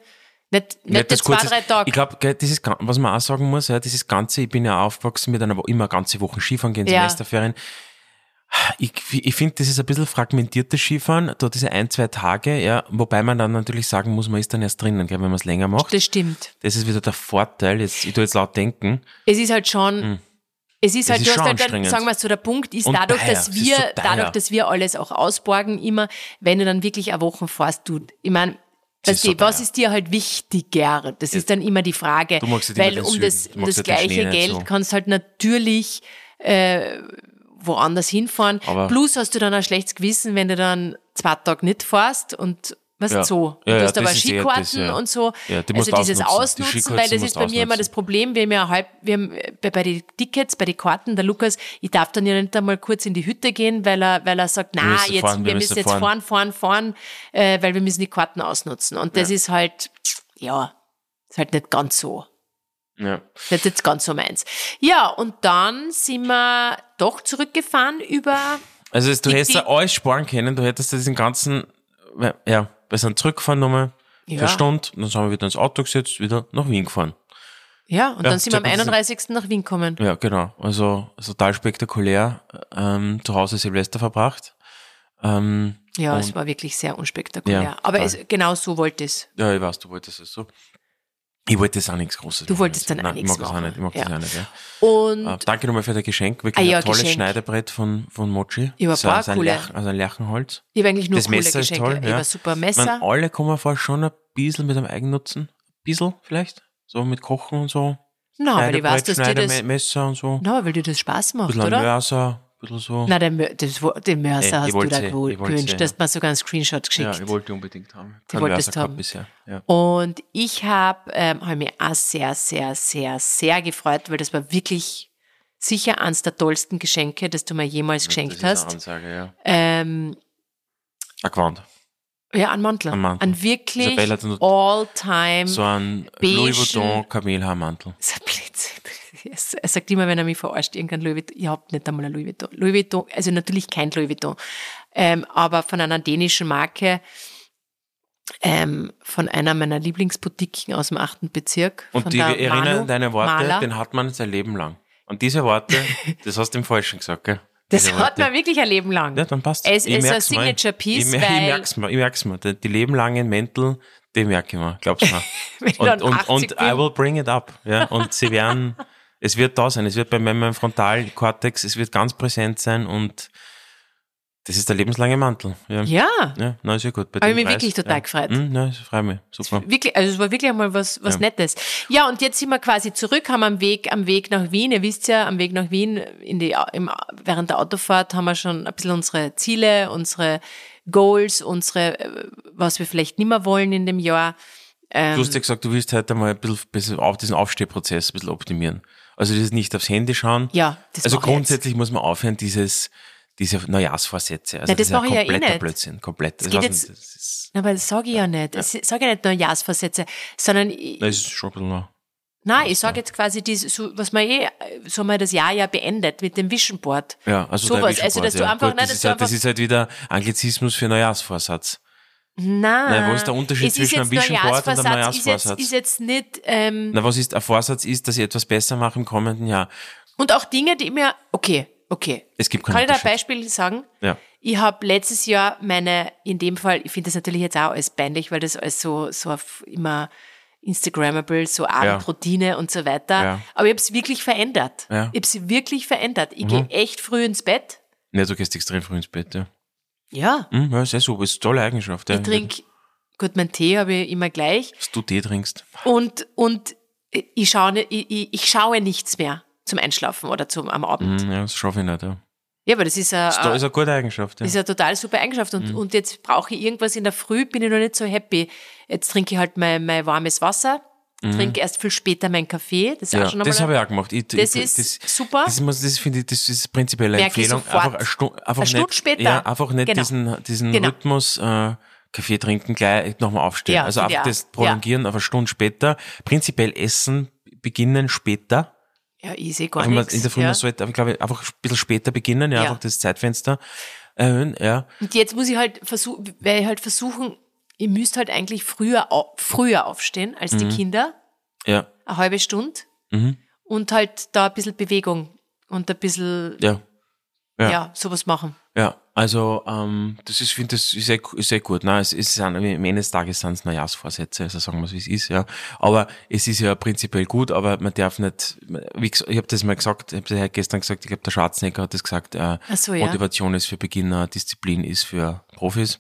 net, nette Nettes, zwei, kurzes- drei Tage. Ich glaube, das ist, ga- was man auch sagen muss, ja, dieses Ganze, ich bin ja aufgewachsen mit einer Wo- immer eine ganze Woche Skifahren gehen, Ja. Semesterferien. Ich, ich finde, das ist ein bisschen fragmentiertes Skifahren, da diese ein, zwei Tage, ja, wobei man dann natürlich sagen muss, man ist dann erst drinnen, gell, wenn man es länger macht. das stimmt. Das ist wieder der Vorteil, jetzt, ich tu jetzt laut denken. Es ist halt schon, es ist halt, Hm. ist du hast schon halt dann, anstrengend. sagen wir so, der Punkt ist Und dadurch, teuer. dass Es ist wir, so teuer. dadurch, dass wir alles auch ausborgen immer, wenn du dann wirklich eine Woche fährst, du, ich meine, Es Weißt ist so du, was teuer. ist dir halt wichtiger? Das ist dann immer die Frage. Du magst nicht weil immer den um Süden. das, Du um magst das nicht den Schnee gleiche nicht Geld so. kannst halt natürlich äh, woanders hinfahren. Aber- Plus hast du dann ein schlechtes Gewissen, wenn du dann zwei Tage nicht fährst und was Ja. so. Und Ja, ja, du hast das aber ist eher Skikarten das, ja. und so. Ja, die also musst du dieses ausnutzen. Die Ausnutzen, Skikarten weil das musst ist du bei mir immer ausnutzen. das Problem, wir haben ja halb, wir haben äh, bei, bei den Tickets, bei den Karten, der Lukas, ich darf dann ja nicht einmal kurz in die Hütte gehen, weil er, weil er sagt, na, müssen jetzt, fahren, wir wir müssen müssen jetzt fahren." fahren, fahren, fahren, äh, weil wir müssen die Karten ausnutzen. Und das ist halt, ja, ist halt nicht ganz so. Ja. Nicht jetzt ganz so meins. Ja, und dann sind wir doch zurückgefahren über, Also es- du Ich- hättest ja ich- alles sparen können, du hättest diesen ganzen, ja, wir sind zurückgefahren nochmal für Ja. eine Stunde, dann sind wir wieder ins Auto gesetzt, wieder nach Wien gefahren. ja, und Ja, dann sind wir am circa diese- 31. nach Wien gekommen. Ja, genau. Also also total spektakulär. Ähm, zu Hause Silvester verbracht. Ähm, Ja, und, es war wirklich sehr unspektakulär. Ja, Aber total. es, genau so wollte es. Ja, ich weiß, du wolltest es so. Ich wollte jetzt auch nichts Großes. Du machen. wolltest dann auch Nein, nichts Ich mag das auch machen. nicht. Ich mag das Ja. auch nicht ja. Und Äh, danke nochmal für das Geschenk. Wirklich Ah ja, ein tolles Geschenk. Schneiderbrett von, von Mochi. Ja, aber so, ein- paar so ein coole. Lärchen, also ein Lärchenholz. ich habe eigentlich nur Das coole Messer ist Geschenke. toll. ich ja. war super Ich Messer. meine, alle kommen vor schon ein bisschen mit einem Eigennutzen. Ein bisschen vielleicht. So mit Kochen und so. Na, weil ich weiß, dass dir das, Schneidermesser und so. Ein na, weil dir das Spaß macht, bisschen ein oder? Mörser. Ein bisschen so. Na, den, Mör- das, wo- den Mörser Ey, ich hast du wollt's da sehen, gewo- ich wollt's gewünscht. sehen, Du ja. hast mir sogar einen Screenshot geschickt. Ja, ich wollte unbedingt haben. Du wolltest Versa gehabt haben. Bisher. Ja. Und ich habe ähm, hab mich auch sehr, sehr, sehr, sehr gefreut, weil das war wirklich sicher eines der tollsten Geschenke, das du mir jemals geschenkt das Ist eine hast. Ansage, ja. Ähm, Ein Gewand. Mhm. ja, an Mantel. Ein Mantel. An wirklich Isabella hat nur- all-time. So ein Beigen- Louis Vuitton Kamelhaarmantel. Das ist ein Blödsinn. Er- Er sagt immer, wenn er mich verarscht, irgendein Louis Vuitton. Ich hab nicht einmal ein Louis Vuitton. Louis Vuitton, also natürlich kein Louis Vuitton, ähm, aber von einer dänischen Marke, ähm, von einer meiner Lieblingsboutiquen aus dem achten Bezirk. Und von die, wir erinnern Manu deine Worte, Maler. den hat man sein Leben lang. Und diese Worte, das hast du im Falschen gesagt, gell? Das Diese hat Worte. man wirklich ein Leben lang. Ja, dann passt Es Ich ist ein merk's mal. Signature-Piece, Ich, mer- ich weil- merk's mal, ich merk's mal. Die, die lebenlangen Mäntel, die merke ich mir, glaub's mir. Wenn ich und dann und, 80 und bin. I will bring it up. Ja, und sie werden, es wird da sein, es wird bei meinem Frontalkortex, es wird ganz präsent sein und das ist der lebenslange Mantel. Ja, ja. ja, na, ist ja gut. Bei Hab dem ich mich Preis, wirklich total ja. gefreut. Hm, na, ich freue mich. Super. Wirklich, also es war wirklich einmal was, was Ja. Nettes. Ja, und jetzt sind wir quasi zurück, haben am Weg, am Weg nach Wien, ihr wisst ja, am Weg nach Wien, in die, im, während der Autofahrt haben wir schon ein bisschen unsere Ziele, unsere Goals, unsere, äh, was wir vielleicht nimmer wollen in dem Jahr. Du Ähm, hast ja gesagt, du willst heute mal ein bisschen, bisschen auf diesen Aufstehprozess ein bisschen optimieren. Also dieses nicht aufs Handy schauen. Ja, das Also mach ich jetzt. grundsätzlich muss man aufhören, dieses, diese Neujahrsvorsätze. Also Nein, das ist ein mach ich ja eh kompletter nicht. Blödsinn, komplett. Das, geht weiß ich jetzt- nicht, das ist, Na, Aber das sage ich ja nicht. Das sage ich nicht Neujahrsversätze, sondern ich, das ist schon ein bisschen, Nein, ich sage jetzt quasi, dies, so, was man eh, so haben wir das Jahr ja beendet mit dem Vision Board. Ja, also Sowas, der Vision also, dass Board, du ja. einfach- Gut, nein, das, dass ist du halt, das einfach- ist halt wieder Anglizismus für Neujahrsvorsatz. Nein. Nein, wo ist der Unterschied es zwischen einem ist jetzt Vision Board und einem Neujahrsvorsatz? Ist jetzt, Neujahrsvorsatz? ist jetzt nicht, ähm, Na, was ist ein Vorsatz ist, dass ich etwas besser mache im kommenden Jahr. und auch Dinge, die mir, okay, okay. Es gibt keinen Kann ich da ein Unterschied. Beispiel sagen? Ja. Ich habe letztes Jahr meine, in dem Fall, ich finde das natürlich jetzt auch alles peinlich, weil das alles so, so auf immer Instagrammable, so Abendroutine und so weiter. Ja. Aber ich habe es wirklich verändert. Ja. Mhm. Ich habe es wirklich verändert. Ich gehe echt früh ins Bett. Ne, du gehst extrem früh ins Bett, ja. Ja. Hm, ja, ist eh super, ist eine tolle Eigenschaft, ja. Ich trinke, gut, meinen Tee habe ich immer gleich. Dass du Tee trinkst. Und, und ich, schaue, nicht- ich, ich, ich schaue nichts mehr zum Einschlafen oder zum, am Abend. Hm, ja, das schaffe ich nicht, ja. Ja, aber das ist ein, Das ist eine gute Eigenschaft, ja. Das ist ja total super Eigenschaft. Und, Mhm. und jetzt brauche ich irgendwas in der Früh, bin ich noch nicht so happy. Jetzt trinke ich halt mein, mein warmes Wasser, trinke erst viel später meinen Kaffee. Das ist auch Mhm. Ja, schon das einmal habe ich auch gemacht. Ich, Das ich, ist super. Das, muss- das finde ich, das ist prinzipiell eine Merke ich Empfehlung. sofort. Einfach, eine Stu- einfach Eine Stunde nicht, später. Ja, einfach nicht Genau. diesen, diesen Genau. Rhythmus, äh, Kaffee trinken, gleich nochmal aufstehen. Ja, also finde ich einfach auch. das prolongieren auf eine Stunde später. Prinzipiell essen, beginnen später. ja, ich sehe gar Wenn man nichts. in der Früh ja. man sollte, aber ich glaube, einfach ein bisschen später beginnen, ja, Ja. einfach das Zeitfenster erhöhen, ja. Und jetzt muss ich halt versuchen, werde ich halt versuchen, ihr müsst halt eigentlich früher, au- früher aufstehen als Mhm. die Kinder, Ja, eine halbe Stunde. Mhm. Und halt da ein bisschen Bewegung und ein bisschen, ja, ja, ja. sowas machen. ja. Also, ähm, das ist, finde das ist eh, ist eh gut. Nein, es ist, sind, am Ende des Tages sind es Neujahrsvorsätze, also sagen wir es, wie es ist, ja. Aber es ist ja prinzipiell gut, aber man darf nicht, wie gesagt, ich habe das mal gesagt, ich habe das ja gestern gesagt, ich glaube, der Schwarzenegger hat das gesagt, äh, Ach so, ja. Motivation ist für Beginner, Disziplin ist für Profis.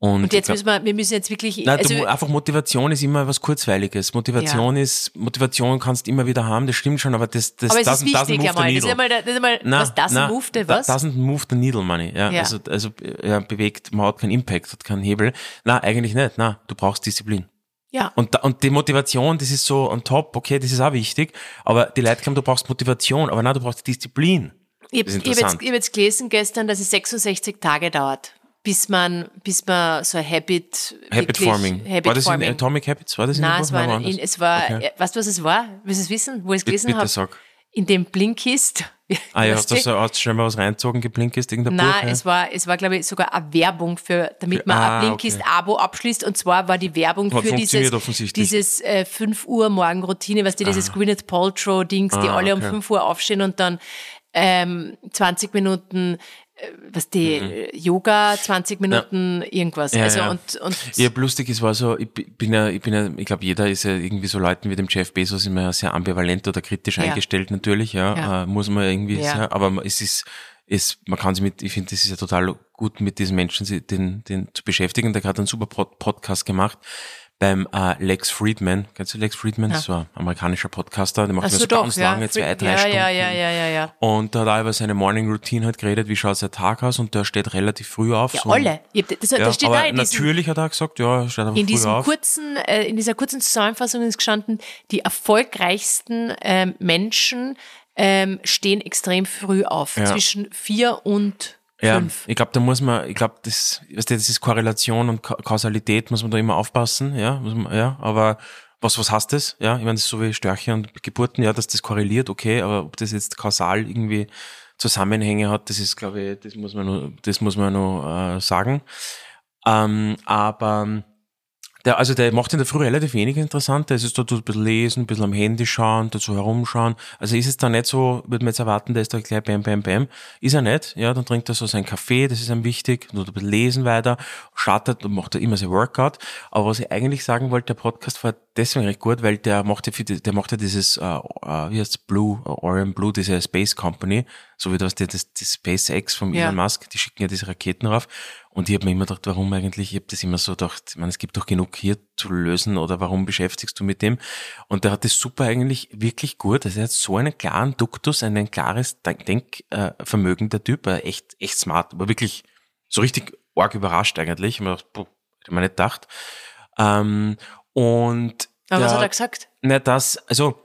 Und, Und jetzt ich glaub- müssen wir, wir müssen jetzt wirklich, Nein, also, du, mu- einfach Motivation ist immer was Kurzweiliges. Motivation ist, Motivation kannst du immer wieder haben, das stimmt schon, aber das, das, aber es das, ist wichtig einmal. Das ist einmal, der- das ist einmal was das move, der was? Doesn't move the needle, money. Ja, Ja. Also, also ja, bewegt, man hat keinen Impact, hat keinen Hebel. Na, eigentlich nicht. Na, du brauchst Disziplin. ja. Und, da- und die Motivation, das ist so on top, okay, das ist auch wichtig, aber die Leute glauben, du brauchst Motivation, aber nein, du brauchst Disziplin. Ich, Das ich ist habe jetzt, interessant. ich hab jetzt gelesen gestern, dass es 66 Tage dauert, bis man, bis man so ein Habit. Habit wirklich- Forming. Habit war das Forming. in Atomic Habits? War das in Nein, dem es Buch? war, woanders? in, es war Okay. äh, weißt du, was es war? Willst du es wissen, wo ich es gelesen bitte habe? sag. In dem Blinkist. Ah ja, Weißt hast du du? so- hast du schon mal was reinzogen, geblinkt ist, irgendein Buch? Nein, ja? es war, es war, glaube ich, sogar eine Werbung für, damit man Ah, ein Blinkist-Abo abschließt. Und zwar war die Werbung Hat für funktioniert dieses, offensichtlich. dieses äh, 5 Uhr Morgenroutine, was die dieses Gwyneth Paltrow-Dings, die Ah, alle um okay. 5 Uhr aufstehen und dann ähm, 20 Minuten äh, was die äh, Yoga, 20 Minuten irgendwas. also Mhm. ja. und, und Ja, lustig, es war so, ich bi- bin ja, ich bin ja, ich glaube, jeder ist ja irgendwie so Leuten wie dem Jeff Bezos immer sehr ambivalent oder kritisch eingestellt natürlich, ja, Ja. Äh, muss man irgendwie, Ja. sehr- aber es ist, es, man kann sich mit, ich finde, es ist ja total gut, mit diesen Menschen sie- den, den zu beschäftigen. Der hat einen super Pod Podcast gemacht beim äh, Lex Friedman. Kennst du Lex Friedman? Das war ein amerikanischer Podcaster, der macht Ach immer so, so doch, ganz ja. lange, zwei, drei ja, Stunden. ja, ja, ja, ja, ja. Und da hat er über seine Morning Routine halt geredet, wie schaut sein Tag aus und der steht relativ früh auf. Ja, so- um alle. Ich hab- Das, das ja, steht aber da in diesem natürlich hat er gesagt, ja, steht einfach In, früh diesem auf. kurzen, äh, in dieser kurzen Zusammenfassung ist gestanden, die erfolgreichsten ähm, Menschen ähm, stehen extrem früh auf, zwischen vier und ja, fünf. ich glaube, da muss man, ich glaube, das, weißt du, das ist Korrelation und Ka Kausalität, muss man da immer aufpassen, ja, muss man, ja, aber was, was heißt das? Ja, ich meine, das ist so wie Störche und Geburten, ja, dass das korreliert, okay, aber ob das jetzt kausal irgendwie Zusammenhänge hat, das ist, glaube ich, das muss man nur, das muss man nur äh, sagen. Ähm, aber Der, also der macht in der Früh relativ wenig interessant. Der ist jetzt da so ein bisschen lesen, ein bisschen am Handy schauen, dazu herumschauen. Also ist es da nicht so, würde man jetzt erwarten, der ist da gleich bam, bam, bam. Ist er nicht, ja, dann trinkt er so seinen Kaffee, das ist ihm wichtig, nur ein bisschen lesen weiter, startet und macht er immer sein Workout. Aber was ich eigentlich sagen wollte, der Podcast war deswegen recht gut, weil der macht ja, für, die- der macht ja dieses, äh, äh, wie heißt's, Blue, äh, Orion Blue, diese Space Company, so wie das, das, das SpaceX vom Ja. Elon Musk. Musk, die schicken ja diese Raketen rauf. Und ich habe mir immer gedacht, warum eigentlich? Ich habe das immer so gedacht, ich meine, es gibt doch genug hier zu lösen oder warum beschäftigst du mit dem? Und der hat das super eigentlich wirklich gut. Also er hat so einen klaren Duktus, ein klares Denk- Denkvermögen, der Typ, Er echt, echt smart, aber wirklich so richtig arg überrascht eigentlich. Ich habe mir gedacht, puh, hätte ich mir nicht gedacht. Ähm, und Aber was der- hat er gesagt? na, das, also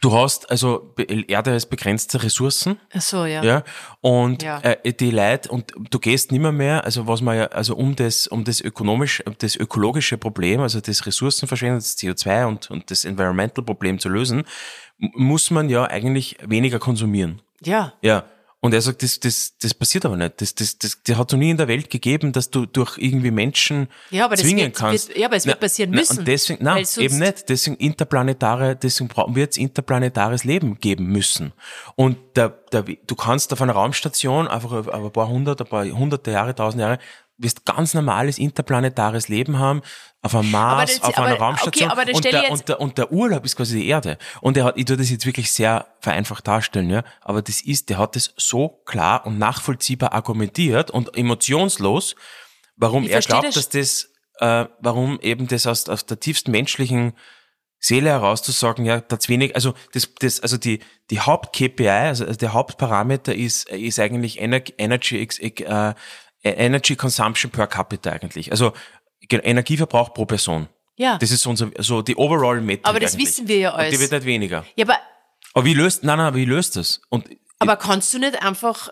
Du hast, also be- Erde heißt begrenzte Ressourcen, Ach so, ja. ja, und Ja. Äh, die Leute, und du gehst nimmer mehr, also was man ja, also um das, um das ökonomisch, um das ökologische Problem, also das Ressourcenverschwendung, das CO2 und, und das Environmental Problem zu lösen, m- muss man ja eigentlich weniger konsumieren. Ja. Ja. Und er sagt, das, das, das passiert aber nicht. Das, das, das, das hat es noch nie in der Welt gegeben, dass du durch irgendwie Menschen Ja, aber das zwingen wird- kannst. wird- ja, aber es wird passieren müssen. Und deswegen, nein, Weil sonst- eben nicht. Deswegen interplanetare, deswegen brauchen wir jetzt interplanetares Leben geben müssen. Und der, der, du kannst auf einer Raumstation einfach auf auf ein paar hundert, ein paar hunderte Jahre, tausend Jahre, wirst ganz normales interplanetares Leben haben, auf einem Mars, das- auf einer aber- Raumstation. okay, aber das und, stell ich der, jetzt- und, der, und der Urlaub ist quasi die Erde. Und er hat, ich tu das jetzt wirklich sehr vereinfacht darstellen, ja. Aber das ist, der hat das so klar und nachvollziehbar argumentiert und emotionslos, warum Ich er versteh glaubt, das dass das, äh, warum eben das aus, aus der tiefsten menschlichen Seele heraus zu sagen, ja, das wenig, also das, das, also die, die Haupt-KPI, also also der Hauptparameter ist, ist eigentlich Ener Energy, ex- ex- äh, Energy Consumption per Capita eigentlich. Also Ge- Energieverbrauch pro Person. Ja. Das ist so unser, so die overall Metrik. Aber das eigentlich. wissen wir ja Und alles. Die wird nicht weniger. Ja, aber, Aber wie löst, nein, nein, aber wie löst das? Und aber kannst du nicht einfach,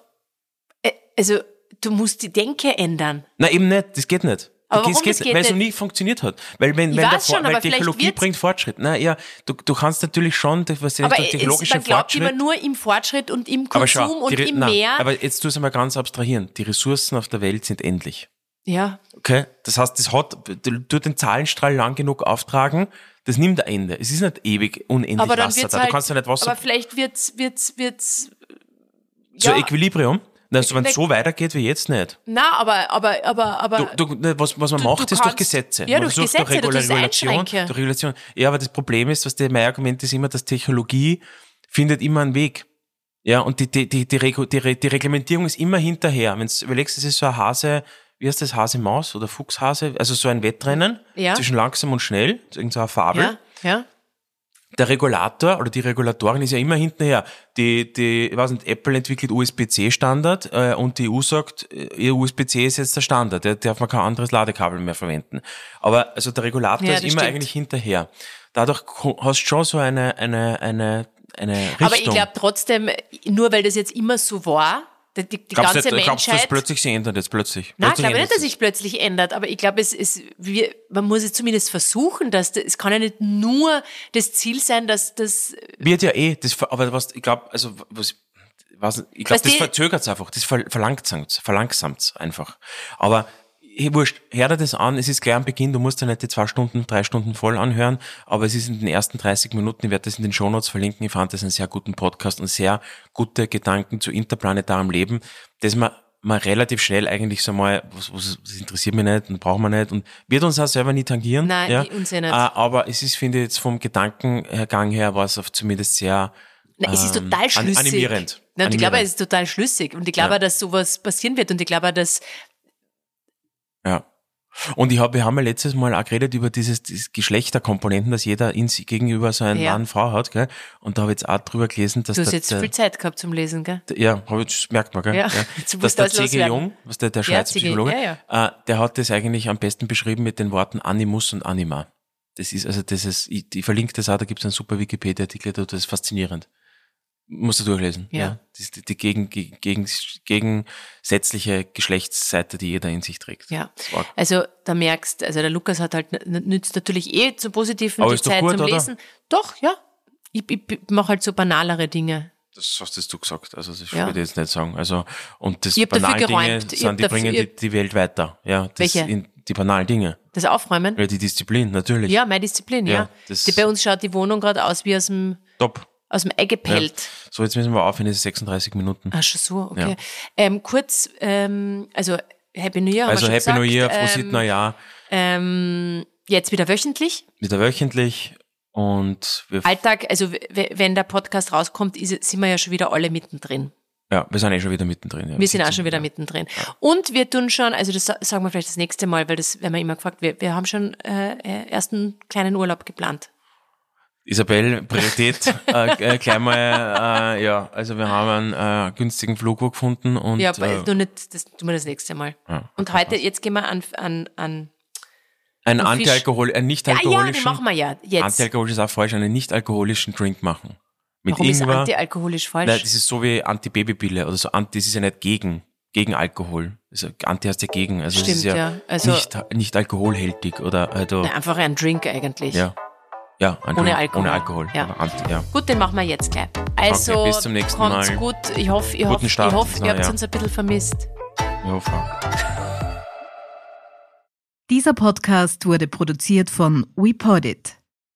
äh, also du musst die Denke ändern. Nein, eben nicht, das geht nicht. Aber das warum geht das nicht, geht weil es noch nicht? nie funktioniert hat. Weil wenn, wenn der weiß Vor- schon, weil aber vielleicht Technologie wird's- bringt Fortschritt. Nein, ja, du, du kannst natürlich schon, das was Aber der es- technologische man glaubt Fortschritt. immer nur im Fortschritt und im aber Konsum schau, und die, Re- im nein, Meer. aber jetzt tu es einmal ganz abstrahieren. Die Ressourcen auf der Welt sind endlich. ja, Okay? Das heißt, das hat, du du den Zahlenstrahl lang genug auftragen, das nimmt ein Ende. Es ist nicht ewig unendlich aber dann Wasser wird's da. halt, Du kannst ja nicht Wasser aber vielleicht wird's, wird's, wird's, so ja, Equilibrium. Also wenn Ne- es so weitergeht wie jetzt nicht. na, aber, aber, aber, aber, Du, du, ne, was, was man macht, du ist kannst- durch Gesetze. Ja, Man durch versucht, Gesetze, durch diese Regulation, Einschränke. durch Regulation. Ja, aber das Problem ist, was der, mein Argument ist immer, dass Technologie findet immer einen Weg. Ja, und die, die, die, die, Regu- die, Re- die Reglementierung ist immer hinterher. Wenn du überlegst, es ist so ein Hase, wie heißt das, Hase-Maus oder Fuchshase, also so ein Wettrennen Ja. zwischen langsam und schnell, irgend so eine Fabel ja, ja, der Regulator oder die Regulatorin ist ja immer hinterher. Die, die, ich weiß nicht, Apple entwickelt USB-C-Standard äh, und die EU sagt, äh, ihr USB-C ist jetzt der Standard, da darf man kein anderes Ladekabel mehr verwenden. Aber also der Regulator Ja, ist das immer stimmt. eigentlich hinterher. Dadurch ko- hast du schon so eine, eine, eine, eine Richtung. aber ich glaube trotzdem, nur weil das jetzt immer so war, die, die, die Glaubst du ganze nicht- glaubst du, dass Menschheit, plötzlich sich ändert jetzt plötzlich? Nein, ich plötzlich glaube ändert nicht, dass sich plötzlich ändert, aber ich glaube, es, es, wir, man muss es zumindest versuchen, dass das, es kann ja nicht nur das Ziel sein, dass das Wird ja eh, das, ver- aber was, ich glaube, also, was, was, ich glaube, Was das die- verzögert's einfach, das ver verlangsamt's, verlangsamt's einfach. Aber, hey, wurscht, hör dir das an, es ist gleich am Beginn, du musst dir nicht die zwei Stunden, drei Stunden voll anhören, aber es ist in den ersten 30 Minuten, ich werde das in den Shownotes verlinken, ich fand das einen sehr guten Podcast und sehr gute Gedanken zu interplanetarem Leben, dass man man relativ schnell eigentlich so mal, was, was, was interessiert mich nicht und braucht man nicht und wird uns auch selber nie tangieren. Nein, ja? die- uns eh nicht. Äh, aber es ist, finde ich, jetzt vom Gedankengang her war es auf zumindest sehr Na, es ist ähm, total an- schlüssig. Animierend. Na, und ich glaube, Animierend. es ist total schlüssig. Und ich glaube, Ja. dass sowas passieren wird. Und ich glaube, dass, Ja. Und ich hab, wir haben ja letztes Mal auch geredet über dieses, dieses Geschlechterkomponenten, dass jeder in sich gegenüber so einen Ja. Mann, Frau hat, gell? Und da habe ich jetzt auch drüber gelesen, dass du hast der, jetzt der, viel Zeit gehabt zum Lesen, gell? der- ja, hab ich, das merkt man, gell? Ja. Ja. Jetzt Dass musst du der alles C.G. loswerden. Jung, was der, der Ja, Schweizer C.G., Psychologe, ja, Äh, der hat das eigentlich am besten beschrieben mit den Worten Animus und Anima. Das ist, also das ist, ich, ich verlinke das auch, da gibt's einen super Wikipedia-Artikel, dazu, das ist faszinierend. Musst du durchlesen. Ja. Das ist die, die gegen, gegen, gegen, gegensätzliche Geschlechtsseite, die jeder in sich trägt. Ja. Das war- Also, da merkst, also der Lukas hat halt, n- nützt natürlich eh zum Positiven Aber die ist doch Zeit gut, zum oder? Lesen. Doch, ja. Ich, ich, ich mache halt so banalere Dinge. Das hast jetzt du gesagt. Also das Ja. würde ich jetzt nicht sagen. Also und das Ich hab dafür banalen Dinge geräumt. Ich hab sind, die dafür- bringen die, die Welt weiter. Ja, das Welche? In, die banalen Dinge. Das Aufräumen? Ja, die Disziplin, natürlich. Ja, meine Disziplin, ja. Ja, das- die, bei uns schaut die Wohnung gerade aus wie aus dem, Top. aus dem Ei gepellt. So, jetzt müssen wir aufhören, es ist 36 Minuten. Ah, schon so, okay. Ja. Ähm, kurz, ähm, also Happy New Year. haben wir also schon Happy gesagt. New Year, frohes ähm, Neujahr, ähm, Jetzt wieder wöchentlich. wieder wöchentlich und wir, Alltag, also w- w- wenn der Podcast rauskommt, ist, sind wir ja schon wieder alle mittendrin. ja, wir sind eh schon wieder mittendrin. Ja. Wir sind auch schon wieder mittendrin. Und wir tun schon, also das sa- sagen wir vielleicht das nächste Mal, weil das werden wir immer gefragt, wir, wir haben schon äh, äh, ersten kleinen Urlaub geplant. Isabel, Priorität, äh, äh, gleich mal, äh, ja, also wir haben einen äh, günstigen Flug wo gefunden und Ja, aber äh, nur nicht, das tun wir das nächste Mal. Ja, Und heute, jetzt gehen wir an, an, an einen Fisch. Antialkohol, einen ah ja, den nicht-alkoholischen, machen wir ja jetzt. Antialkoholisch ist auch falsch, einen nicht-alkoholischen Drink machen. Mit Warum ist Ingwer. antialkoholisch falsch? Nein, das ist so wie Antibabypille oder so. Anti, das ist ja nicht gegen, gegen Alkohol. Also Anti heißt ja gegen. Also es Stimmt, ist ja, ja. Also- nicht, nicht alkoholhältig oder also, Nein, einfach ein Drink eigentlich. ja. Ja, ein Drink Alkohol. Ohne Alkohol. Ja. Aber Anti, ja. Gut, den machen wir jetzt gleich. Also, Okay, bis zum nächsten kommt's Mal. gut. Ich hoffe, ihr, hofft, Guten Start ich hoffe, ins ihr neue habt Jahr. uns ein bisschen vermisst. ja Frau. Dieser Podcast wurde produziert von WePoddit.